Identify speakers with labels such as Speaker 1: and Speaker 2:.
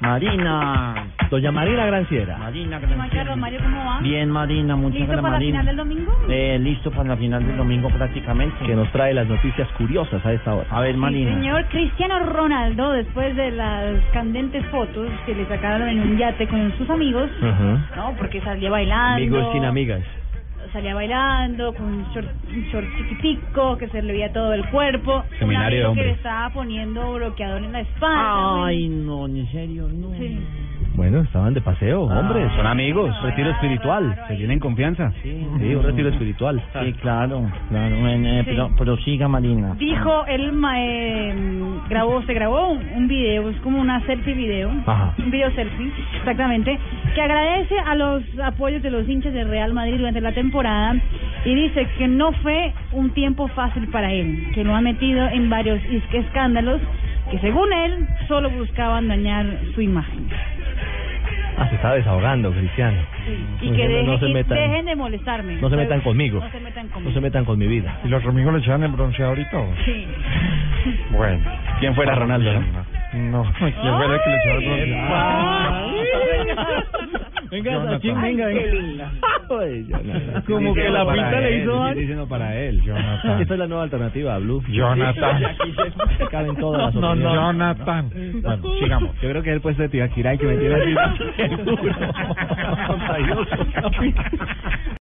Speaker 1: Marina.
Speaker 2: Doña Marina Granciera.
Speaker 1: Marina,
Speaker 3: ¿Y Juan Carlos Mario cómo va?
Speaker 1: Bien, Marina, muchas
Speaker 3: ¿Listo
Speaker 1: gracias,
Speaker 3: para la
Speaker 1: Marina.
Speaker 3: final del domingo?
Speaker 1: Eh, listo para la final del domingo prácticamente.
Speaker 2: Que nos trae las noticias curiosas a esta hora.
Speaker 1: A ver,
Speaker 3: Sí,
Speaker 1: pues, Marina.
Speaker 3: señor Cristiano Ronaldo, después de las candentes fotos que le sacaron en un yate con sus amigos,
Speaker 2: Ajá.
Speaker 3: ¿no? Porque salía bailando.
Speaker 2: Amigos sin amigas.
Speaker 3: Salía bailando con un short, un short chiquitico que se le veía todo el cuerpo.
Speaker 2: Seminario de
Speaker 3: un amigo que le
Speaker 2: hombres.
Speaker 3: estaba poniendo bloqueador en la espalda.
Speaker 1: Ay, no, en serio, no.
Speaker 3: Sí.
Speaker 2: Bueno, estaban de paseo,
Speaker 1: Ah,
Speaker 2: hombres.
Speaker 1: son
Speaker 2: amigos,
Speaker 3: retiro espiritual. Se tienen
Speaker 2: confianza. Sí, sí, un retiro espiritual.
Speaker 1: Sí, claro, claro. en- eh,
Speaker 3: Sí.
Speaker 1: Pero, pero siga, Marina.
Speaker 3: Dijo, él ma- eh, grabó, se grabó un, un video, es como una selfie video,
Speaker 2: Ajá.
Speaker 3: un video selfie, exactamente, que agradece a los apoyos de los hinchas del Real Madrid durante la temporada y dice que no fue un tiempo fácil para él, que lo ha metido en varios isque escándalos que según él solo buscaban dañar su imagen.
Speaker 2: Ah, se está desahogando, Cristiano.
Speaker 3: Y
Speaker 2: No
Speaker 3: que
Speaker 2: se-
Speaker 3: deje-
Speaker 2: no se
Speaker 3: y
Speaker 2: metan-
Speaker 3: dejen de molestarme.
Speaker 2: No se metan conmigo.
Speaker 3: No se metan conmigo.
Speaker 2: No se metan con mi vida.
Speaker 4: ¿Y los amigos le echaban el bronceador y todo?
Speaker 3: Sí.
Speaker 4: Bueno.
Speaker 2: ¿Quién fuera Ronaldo,
Speaker 4: No, ¿quién fue el que le echaba el
Speaker 2: Ay.
Speaker 4: bronceador?
Speaker 2: Venga,
Speaker 4: Jonathan.
Speaker 2: venga, venga. Como que la pinta le hizo mal.
Speaker 4: para él, Jonathan.
Speaker 2: Esta es la nueva alternativa, Blue.
Speaker 4: Jonathan.
Speaker 2: Aquí se caben todas las
Speaker 4: No, no,
Speaker 2: opiniones.
Speaker 4: Jonathan. Bueno, sigamos.
Speaker 2: Yo creo que es el puesto de Tibaquirá que me tiene así. Seguro.